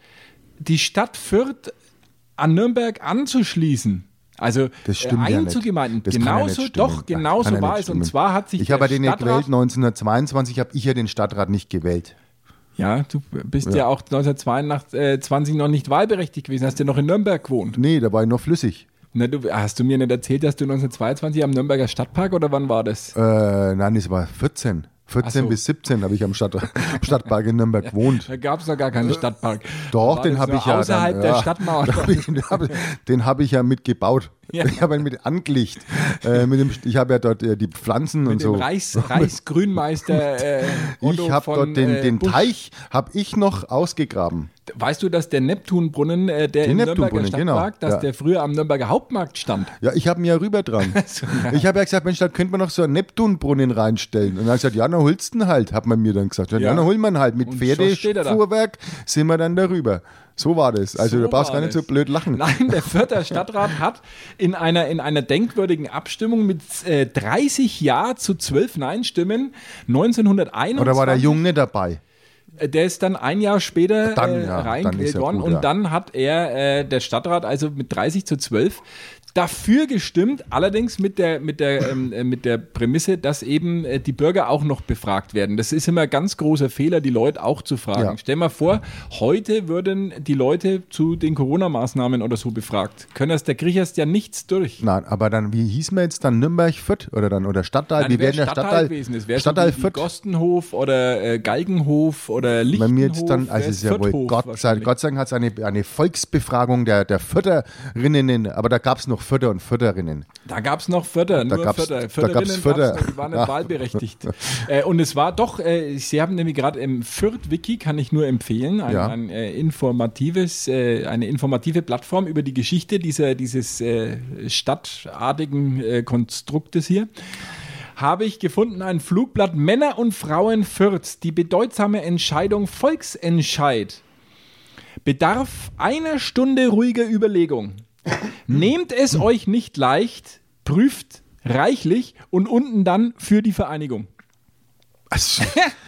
die Stadt Fürth an Nürnberg anzuschließen. Also Das stimmt äh, ja einzugemeinden. nicht. Das kann ja nicht genauso, stimmen. doch, Nein, genauso kann ja war nicht es. stimmen. Und zwar hat sich Ich habe der den ja Stadtrat gewählt, 1922 habe ich ja den Stadtrat nicht gewählt. Ja, du bist ja, auch 1922 noch nicht wahlberechtigt gewesen, hast ja noch in Nürnberg gewohnt. Nee, da war ich noch flüssig. Na, Ne, du, hast du mir nicht erzählt, dass du 1922 am Nürnberger Stadtpark oder wann war das? Äh, nein, es war 14. 14 Ach so. bis 17 habe ich am Stadt, am Stadtpark in Nürnberg gewohnt. Da gab es noch gar keinen Stadtpark. Äh, Doch, War den das habe nur ich ja. Außerhalb dann, der ja, Stadtmauer. da hab ich- Den habe den hab ich ja mitgebaut. Ja. Ich habe ihn mit angelegt. Äh, mit dem, ich habe ja dort äh, die Pflanzen und Mit dem so. Reichs, Reichsgrünmeister äh, Otto ich habe von, dort den, äh, den Busch. Teich habe ich noch ausgegraben. Weißt du, dass der Neptunbrunnen, äh, der im Nürnberger Neptunbrunnen, genau, Stadtpark, dass ja. der früher am Nürnberger Hauptmarkt stand? Ja, ich habe ihn ja rüber dran. Ich habe ja gesagt, Mensch, da könnte man noch so einen Neptunbrunnen reinstellen. Und dann hat er gesagt, ja, dann holst du ihn halt, hat man mir dann gesagt. Ja, Ja. dann holen wir ihn halt. Mit Und schon steht er da. Pferdefuhrwerk sind wir dann darüber. So war das. Also So du brauchst war gar nicht das. so blöd lachen. Nein, der Fürther Stadtrat hat in einer, in einer denkwürdigen Abstimmung mit äh, 30 Ja zu 12 Nein-Stimmen 1921. Oder war der Junge dabei? Äh, Der ist dann ein Jahr später Dann, äh, ja, dann ist reingewählt ja worden gut, und ja. dann hat er, äh, der Stadtrat, also mit 30 zu 12 dafür gestimmt, allerdings mit der, mit der, ähm, äh, mit der Prämisse, dass eben äh, die Bürger auch noch befragt werden. Das ist immer ein ganz großer Fehler, die Leute auch zu fragen. Ja. Stell mal vor, heute würden die Leute zu den Corona-Maßnahmen oder so befragt. Können das, der kriegst ja nichts durch. Nein, aber dann, wie hieß man jetzt dann? Nürnberg Fürth oder dann oder Stadtteil? Dann wie wär werden der Stadtteil? gewesen. Es wäre Stadtteil so wie, wie Fürth. Gostenhof oder äh, Galgenhof oder Lichtenhof. Bei mir jetzt dann, also wär's es ist ja wohl, Fürthhof Gott sei, wahrscheinlich. Gott sei Dank hat es eine, eine Volksbefragung der, der Förderinnen, aber da gab es noch Förder und Förderinnen. Da gab es noch Förder, Da nur gab's- Förder. da Förderinnen gab's Förder. gab's noch, die waren nicht Ja. wahlberechtigt. äh, und es war doch, äh, Sie haben nämlich gerade im Fürth-Wiki, kann ich nur empfehlen, ein, Ja. ein, äh, informatives, äh, eine informative Plattform über die Geschichte dieser, dieses äh, stadtartigen äh, Konstruktes hier. Habe ich gefunden ein Flugblatt Männer und Frauen Fürth, die bedeutsame Entscheidung Volksentscheid. Bedarf einer Stunde ruhiger Überlegung. Hm. Nehmt es euch nicht leicht, prüft reichlich und unten dann für die Vereinigung. Also,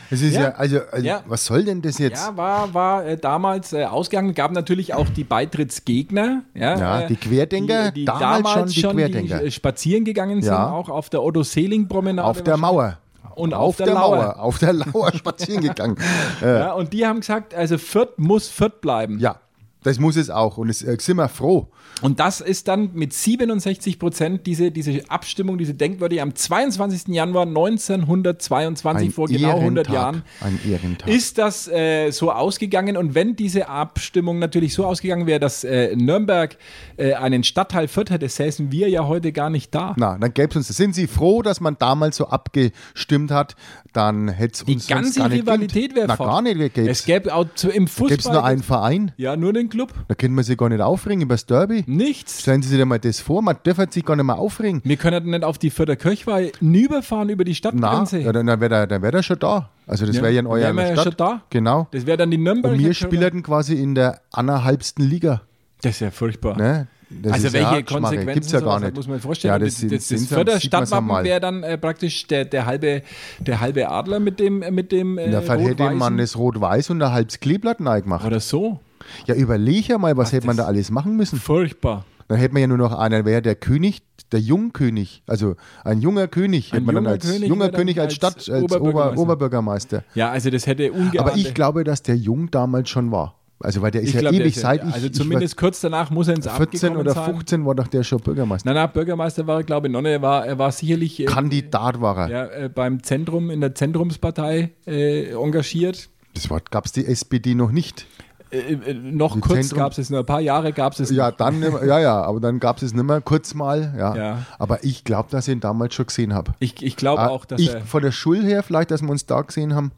es ist ja, Ja. also, also Ja. was soll denn das jetzt? Ja, war, war äh, damals äh, ausgegangen, gab natürlich auch die Beitrittsgegner. Ja, Ja, äh, die Querdenker, die, die damals damals, schon die schon die, Querdenker. äh, spazieren gegangen sind, Ja. auch auf der Otto-Seeling-Promenade. auf der Mauer. Und auf, der, Mauer. Auf der Lauer spazieren gegangen. Äh, Ja, und die haben gesagt, also Fürth muss Fürth bleiben. ja, das muss es auch. Und es äh, sind wir froh. Und das ist dann mit 67 Prozent diese, diese Abstimmung, diese Denkwürde am 22. Januar 1922, vor genau 100 Ehrentag. Jahren, Ein Ehrentag. ist das äh, so ausgegangen. Und wenn diese Abstimmung natürlich so ausgegangen wäre, dass äh, Nürnberg äh, einen Stadtteil Fürth hätte, säßen wir ja heute gar nicht da. Na, dann gäbe es uns. Sind Sie froh, dass man damals so abgestimmt hat? Dann hätte es uns Die sonst ganze gar nicht Rivalität gegeben. wäre Na, fort. gar nicht. Gäbe Es gäbe auch zu, im Fußball. es nur einen Verein? ja, nur den Club. Da können wir sie gar nicht aufregen über das Derby. Nichts. Stellen Sie sich doch mal das vor, man dürfen sich gar nicht mehr aufregen. Wir können nicht auf die Fürther Kirchweih hinüberfahren über die Na, Stadtgrenze. ja, dann wäre der, dann wär der schon da. Also das Ja, wäre ja in dann wären eurer wir ja Stadt. schon da. Genau. das wäre dann die Nürnberger Und wir Kirche. spielerten quasi in der anderthalbsten Liga. Das ist ja furchtbar. Ne? Das also ist welche ja Schmarre. Konsequenzen Gibt's ja sowas gar hat, nicht. muss man sich vorstellen. Ja, Und das, sind- das, das sind- sieht man's Förderstadtwappen einmal. wäre dann äh, praktisch der, der, halbe, der halbe Adler mit dem äh, mit dem äh, In der Fall hätte Rot-Weißen man das Rot-Weiß und ein halbes Kleeblatt neu gemacht. oder so. Ja, überleg ja mal, was hätte man da alles machen müssen. Furchtbar. Dann hätte man ja nur noch einen, wäre der König, der Jungkönig, also ein junger König, hätte man dann junger als König junger wäre dann König als als Stadt, als Ober, Oberbürgermeister. Oberbürgermeister. Ja, also das hätte ungeahnte. Aber ich glaube, dass der Jung damals schon war. Also weil der ist Ich ja glaub, der ewig ist ja- seit ich, Also ich zumindest kurz danach muss er ins war Amt 14 gekommen oder sein. 15 war doch der schon Bürgermeister. Nein, nein, Bürgermeister war er, glaube ich, noch nicht. Er war, er war sicherlich äh, Kandidat war er. ja, äh, beim Zentrum, in der Zentrumspartei äh, engagiert. Das Wort gab es die SPD noch nicht. Äh, äh, noch Die kurz Zentrum- gab es es, nur ein paar Jahre gab es es. Ja, noch. dann, nimmer- ja, ja, aber dann gab es es nicht mehr, kurz mal. Ja. Ja. Aber ich glaube, dass ich ihn damals schon gesehen habe. Ich, ich glaube auch, dass Ah, ich, er. Von der Schule her vielleicht, dass wir uns da gesehen haben.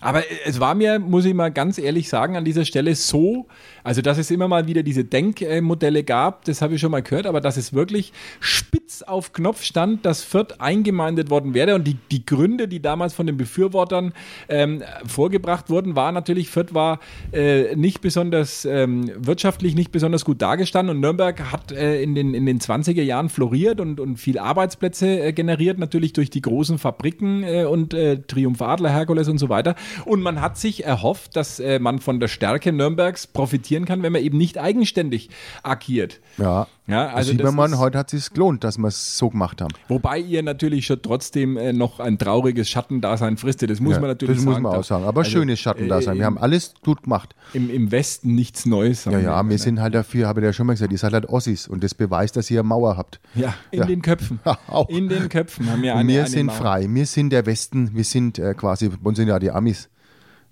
Aber äh, es war mir, muss ich mal ganz ehrlich sagen, an dieser Stelle so, also dass es immer mal wieder diese Denkmodelle gab, das habe ich schon mal gehört, aber dass es wirklich spitz auf Knopf stand, dass Fürth eingemeindet worden wäre und die, die Gründe, die damals von den Befürwortern ähm, vorgebracht wurden, war natürlich, Fürth war äh, nicht besonders ähm, wirtschaftlich nicht besonders gut dargestanden und Nürnberg hat äh, in, den, in den 20er Jahren floriert und, und viel Arbeitsplätze äh, generiert, natürlich durch die großen Fabriken äh, und äh, Triumph Adler, Herkules und so weiter. Und man hat sich erhofft, dass äh, man von der Stärke Nürnbergs profitieren kann, wenn man eben nicht eigenständig agiert. Ja. Ja, also sieht das man, man, ist- heute hat es gelohnt, dass wir es so gemacht haben. Wobei ihr natürlich schon trotzdem äh, noch ein trauriges Schattendasein fristet. Das muss Ja, man natürlich das sagen. muss man auch sagen. Aber Also, schönes Schattendasein. Wir haben alles gut gemacht. Im, Im Westen nichts Neues. Ja, ja, wir sind halt dafür, habe ich ja schon mal gesagt, ihr seid halt Ossis und das beweist, dass ihr eine Mauer habt. Ja, in den Köpfen. Auch. In den Köpfen haben wir eine. wir eine sind Mauer. frei, wir sind der Westen, wir sind äh, quasi, bei uns sind ja die Amis.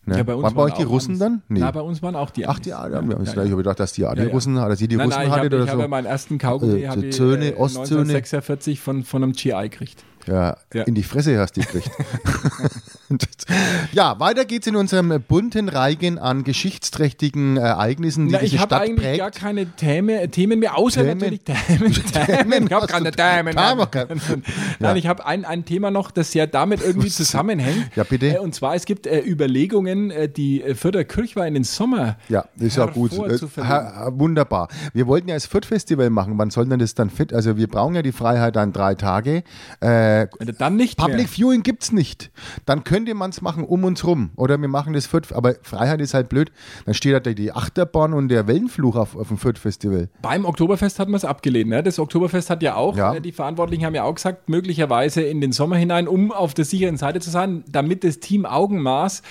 Ne? Ja, bei uns waren bei euch auch die Russen Amis. dann? Na, bei uns waren auch die Ach, die Amis. Amis. Ja, ja, Ich habe gedacht, dass die alle Ja, ja. Russen, dass ihr die nein, Russen nein, ich hattet habe oder ich so. habe meinen ersten Kaugummi Äh, habe ich, Zöhne, äh, Ostzöhne. 1946 von, von einem GI gekriegt. Ja, Ja. in die Fresse hast du gekriegt. ja, weiter geht's in unserem bunten Reigen an geschichtsträchtigen äh, Ereignissen, die Na, diese ich habe Stadt eigentlich prägt. gar keine Themen, äh, Themen mehr, außer Themen? natürlich Themen. Themen. Ich habe Hast keine du- Themen. Themen? Nein, ich habe ein, ein Thema noch, das ja damit irgendwie zusammenhängt. Ja, bitte. Äh, Und zwar, es gibt äh, Überlegungen, äh, die äh, Fürther Kirchweih in den Sommer Ja, ist ja gut. Äh, hervorzuverlegen. ha- wunderbar. Wir wollten ja das Fürth-Festival machen. Wann soll denn das dann fit? Also wir brauchen ja die Freiheit an drei Tage. Äh, Dann nicht Public mehr. Viewing gibt's nicht. Dann könnte man's machen um uns rum. Oder wir machen das Fürth. Aber Freiheit ist halt blöd. Dann steht halt die Achterbahn und der Wellenfluch auf, auf dem Fürth-Festival. Beim Oktoberfest hat man es abgelehnt. Ne? Das Oktoberfest hat ja auch, Ja. äh, die Verantwortlichen haben ja auch gesagt, möglicherweise in den Sommer hinein, um auf der sicheren Seite zu sein, damit das Team Augenmaß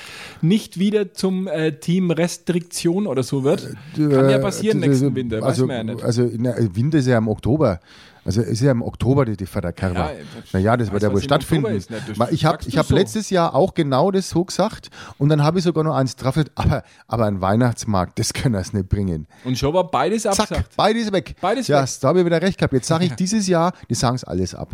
nicht wieder zum äh, Team Restriktion oder so wird. Kann ja Äh, passieren das- nächsten Winter, also, weiß man ja nicht. Also na, Winter ist ja im Oktober. Also ist ja im Oktober die, die Förderkarre. Ja, Ja, ja, das- naja, das wird weiß, ja wohl was im Oktober stattfinden. ist, ne? Das Weil ich habe sagst ich du hab so. letztes Jahr auch genau das so gesagt und dann habe ich sogar noch eins drauf. Aber, aber ein Weihnachtsmarkt, das können wir nicht bringen. Und schon war beides äh, Zack, abgesagt. beides weg. Beides ja, weg. da habe ich wieder recht gehabt. Jetzt sage ich dieses Jahr, die sagen es alles ab.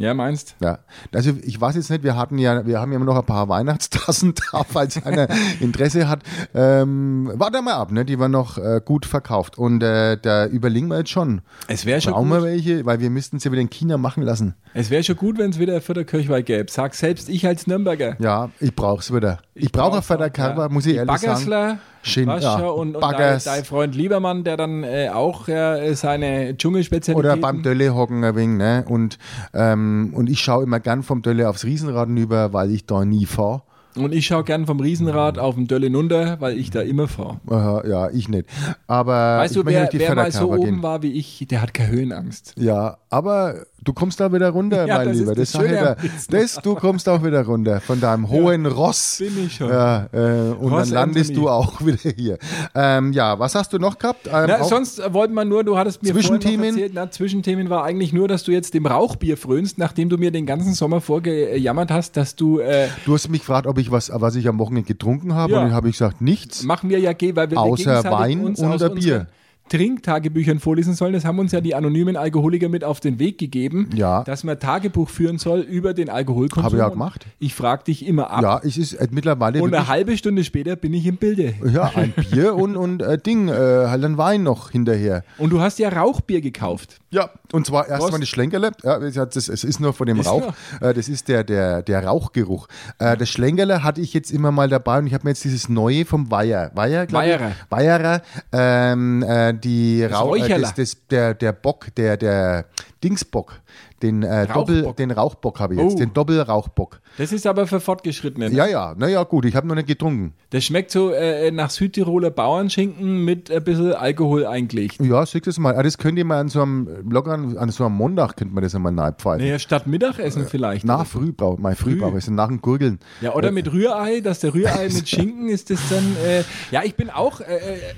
Ja, meinst? Ja. Also ich weiß jetzt nicht, wir hatten ja, wir haben ja immer noch ein paar Weihnachtstassen da, falls einer Interesse hat. Ähm, warte mal ab, ne? Die waren noch äh, gut verkauft. Und äh, da überlegen wir jetzt schon. Es wäre schon, Brauchen wir gut- welche, weil wir müssten sie wieder in China machen lassen. es wär schon gut, wenn es wieder Fürther Kirchweih gäbe. Sag selbst ich als Nürnberger. Ja, ich brauch's wieder. Ich, brauche brauch's auch, Vater Carver, ja. muss ich Die ehrlich sagen. Baggersler, Schön, weißt ja. du, und, und dein, Baggers. dein Freund Liebermann, der dann äh, auch äh, seine Oder Dschungelspezialitäten... beim Dölle hocken ein wenig, ne? Und, ähm, und ich schaue immer gern vom Dölle aufs Riesenrad hinüber, weil ich da nie fahre. Und ich schaue gern vom Riesenrad auf den Dölle runter, weil ich da immer fahre. Aha, Mhm. Äh, ja, ich nicht. Aber Weißt ich du, wer, auf wer mal so Förderkarre oben war wie ich, der hat keine Höhenangst. Ja, aber du kommst da wieder runter, Ja, mein das ist Lieber. das Das, sag ich Schöne dir. am Wiesn. das du kommst auch wieder runter von deinem hohen Ross. Bin ich schon. Ja, äh, und Ross dann landest Anthony. du auch wieder hier. Ähm, ja, was hast du noch gehabt? Ähm, Na, auch- sonst äh, wollte man nur, du hattest mir vorhin noch Zwischenthemen? erzählt, na, Zwischenthemen war eigentlich nur, dass du jetzt dem Rauchbier frönst, nachdem du mir den ganzen Sommer vorgejammert hast, dass du, äh, du hast mich gefragt, ob ich was, was ich am Wochenende getrunken habe, Ja. und dann habe ich gesagt, nichts. machen wir ja, ge- weil wir Außer gegenseitig Wein uns und aus der Bier. unseren Trinktagebüchern vorlesen sollen. Das haben uns ja die anonymen Alkoholiker mit auf den Weg gegeben, Ja. dass man Tagebuch führen soll über den Alkoholkonsum. Hab ich ja Und gemacht. Ich frage dich immer ab. Ja, es ist äh, mittlerweile. Und eine wirklich- halbe Stunde später bin ich im Bilde. ja, ein Bier und, und äh, Ding, äh, halt ein Wein noch hinterher. Und du hast ja Rauchbier gekauft. Ja, und zwar Prost. erstmal das Schlenkerle. Ja, es hat- das- es ist nur von dem Ist Rauch. Äh, Das ist der, der, der Rauchgeruch. Äh, Das Schlenkerle hatte ich jetzt immer mal dabei und ich habe mir jetzt dieses neue vom Weiher. Weiher, glaub ich. Weiherer. Weiherer. Ähm, äh, die Rauch, äh, Räucherle. das, das, der, der Bock, der, der Dingsbock. Den, äh, Doppel, Rauchbock. den Rauchbock habe ich jetzt, Oh. den Doppelrauchbock. Das ist aber für Fortgeschrittene. Ja, ja, naja, gut, ich habe noch nicht getrunken. Das schmeckt so äh, nach Südtiroler Bauernschinken mit ein bisschen Alkohol eingelegt. Ja, schick das mal. Ah, das könnt ihr mal an so einem, locker an, an so einem Montag, könnte man das einmal reinpfeifen. Naja, statt Mittagessen Äh, vielleicht. Nach Frühbrau, mein Frühbrau, ist nach dem Gurgeln. Ja, oder mit Rührei, dass der Rührei mit Schinken ist das dann. Äh, ja, ich bin auch, äh, äh,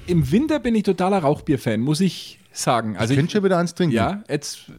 im Winter bin ich totaler Rauchbier-Fan, muss ich sagen. Also Ich ich, könnte schon wieder ans Trinken. ja, jetzt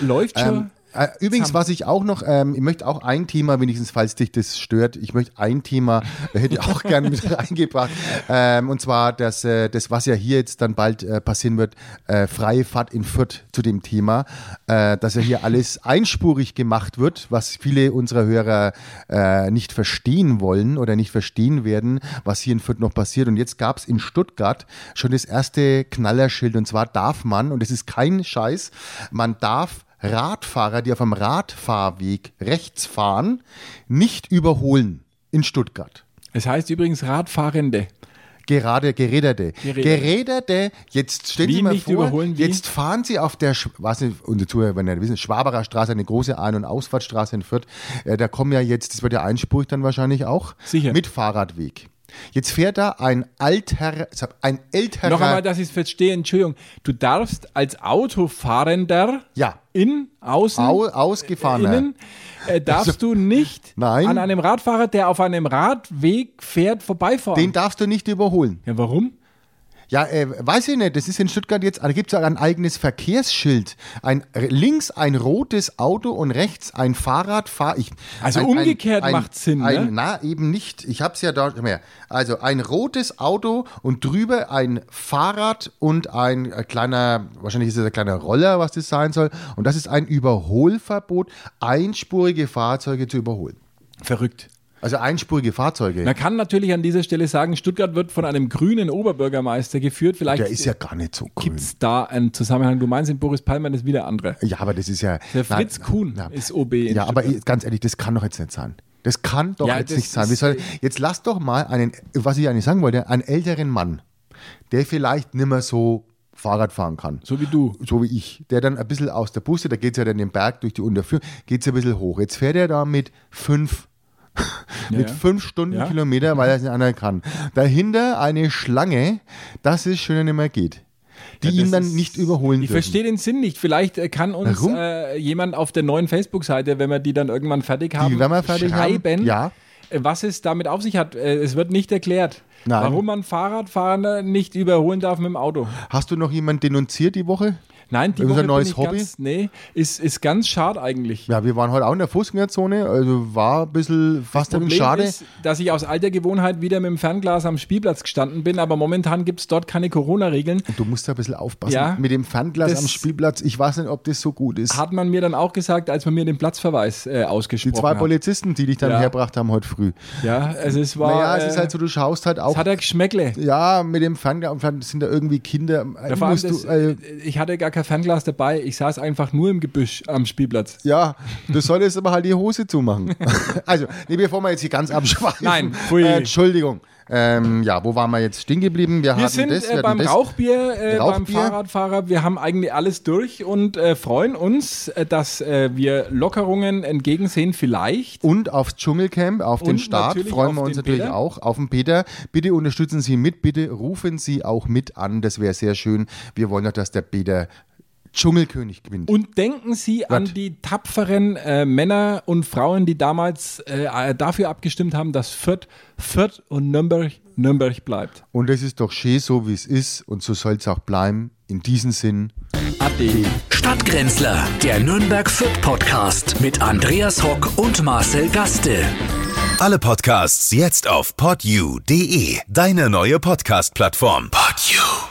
läuft schon. Ähm, äh, übrigens, was ich auch noch, ähm, ich möchte auch ein Thema, wenigstens falls dich das stört, ich möchte ein Thema, äh, hätte ich auch gerne mit reingebracht, ähm, und zwar das, äh, das, was ja hier jetzt dann bald äh, passieren wird, äh, freie Fahrt in Fürth zu dem Thema, äh, dass ja hier alles einspurig gemacht wird, was viele unserer Hörer äh, nicht verstehen wollen oder nicht verstehen werden, was hier in Fürth noch passiert. Und jetzt gab es in Stuttgart schon das erste Knallerschild, und zwar darf man, und es ist kein Scheiß, man darf Radfahrer, die auf dem Radfahrweg rechts fahren, nicht überholen in Stuttgart. Es heißt übrigens Radfahrende. Gerade, geräderte. Geräderte. Geräderte, jetzt stellen Wie Sie mal nicht vor, überholen, wie? jetzt fahren Sie auf der, Sch- was nicht, unsere Zuhörer werden ja wissen, Schwaberer Straße, eine große Ein- und Ausfahrtstraße in Fürth, äh, da kommen ja jetzt, das wird ja einspurig dann wahrscheinlich auch, Sicher. mit Fahrradweg. Jetzt fährt da ein alter, ein älterer, Noch einmal, dass ich es verstehe, Entschuldigung. Du darfst als Autofahrender ja, in, außen, au, ausgefahrener. innen, äh, darfst du nicht Also, Nein. an einem Radfahrer, der auf einem Radweg fährt, vorbeifahren. Den darfst du nicht überholen. ja, warum? Ja, äh, weiß ich nicht. Das ist in Stuttgart jetzt, da gibt es ein eigenes Verkehrsschild. Ein, links ein rotes Auto und rechts ein Fahrrad. Fahr ich, Also ein, umgekehrt macht's Sinn, ein, ne? Na, eben nicht. Ich hab's ja da schon mehr. Also ein rotes Auto und drüber ein Fahrrad und ein äh, kleiner, wahrscheinlich ist es ein kleiner Roller, was das sein soll. Und das ist ein Überholverbot, einspurige Fahrzeuge zu überholen. Verrückt. Also einspurige Fahrzeuge. Man kann natürlich an dieser Stelle sagen, Stuttgart wird von einem grünen Oberbürgermeister geführt. Vielleicht Der ist ja gar nicht so grün. gibt es da einen Zusammenhang. Du meinst, in Boris Palmer ist wieder andere. Ja, aber das ist ja. Der Fritz Kuhn nein. ist OB in Ja, aber Stuttgart. ganz ehrlich, das kann doch jetzt nicht sein. Das kann doch Ja, jetzt das nicht sein. Wir ist- sollen, jetzt lass doch mal einen, was ich eigentlich sagen wollte, einen älteren Mann, der vielleicht nicht mehr so Fahrrad fahren kann. So wie du. So wie ich. Der dann ein bisschen aus der Busse, da geht es ja dann den Berg durch die Unterführung, geht es ein bisschen hoch. Jetzt fährt er da mit fünf. mit ja. fünf Stundenkilometer, weil er es nicht anders kann. Dahinter eine Schlange, dass es schon nicht mehr geht. Die Ja, das ihn dann ist- nicht überholen Ich dürfen. verstehe den Sinn nicht. Vielleicht äh, kann uns Warum? äh, jemand auf der neuen Facebook-Seite, wenn wir die dann irgendwann fertig haben, wenn wir fertig haben, schreiben, ja. äh, was es damit auf sich hat. Äh, Es wird nicht erklärt, Nein. warum man Fahrradfahrer nicht überholen darf mit dem Auto. Hast du noch jemanden denunziert die Woche? Nein, die Ist Woche ein neues bin ich Hobby? Ganz, nee, ist, ist ganz schade eigentlich. Ja, wir waren heute auch in der Fußgängerzone, also war ein bisschen fast ein bisschen Problem schade. ist, dass ich aus alter Gewohnheit wieder mit dem Fernglas am Spielplatz gestanden bin, aber momentan gibt es dort keine Corona-Regeln. du musst da ein bisschen aufpassen. Ja, Mit dem Fernglas das- am Spielplatz, ich weiß nicht, ob das so gut ist. Hat man mir dann auch gesagt, als man mir den Platzverweis äh, Die ausgesprochen zwei hat. Polizisten, die dich dann Ja. herbracht haben heute früh. Ja, also es war. Naja, es ist äh, halt so, du schaust halt Es auch. hat er Geschmäckle. Ja, mit dem Fernglas und dann sind da irgendwie Kinder. Ja, vor allem musst das, du, äh, ich hatte gar kein Fernglas dabei. Ich saß einfach nur im Gebüsch am Spielplatz. ja, du solltest aber halt die Hose zumachen. also, nee, bevor wir jetzt hier ganz abschweifen. Nein, pfui. äh, Entschuldigung. Ähm, ja, wo waren wir jetzt stehen geblieben? Wir, Wir hatten sind das, wir äh, hatten beim das. Rauchbier, äh, beim Rauchbier. Fahrradfahrer. Wir haben eigentlich alles durch und äh, freuen uns, äh, dass äh, wir Lockerungen entgegensehen. Vielleicht. Und aufs Dschungelcamp, auf den Und Start natürlich freuen auf wir uns den natürlich Peter. auch, auf den Peter. Bitte unterstützen Sie mit, bitte rufen Sie auch mit an, das wäre sehr schön. Wir wollen doch, dass der Peter Dschungelkönig gewinnt. Und denken Sie an die tapferen äh, Männer und Frauen, die damals äh, dafür abgestimmt haben, dass Fürth, Fürth und Nürnberg Nürnberg bleibt. Und es ist doch schön, so wie es ist und so soll es auch bleiben. In diesem Sinn. Ade. Stadtgrenzler, der Nürnberg Fürth Podcast mit Andreas Hock und Marcel Gaste. Alle Podcasts jetzt auf podyou.de, deine neue Podcast-Plattform. Podyou.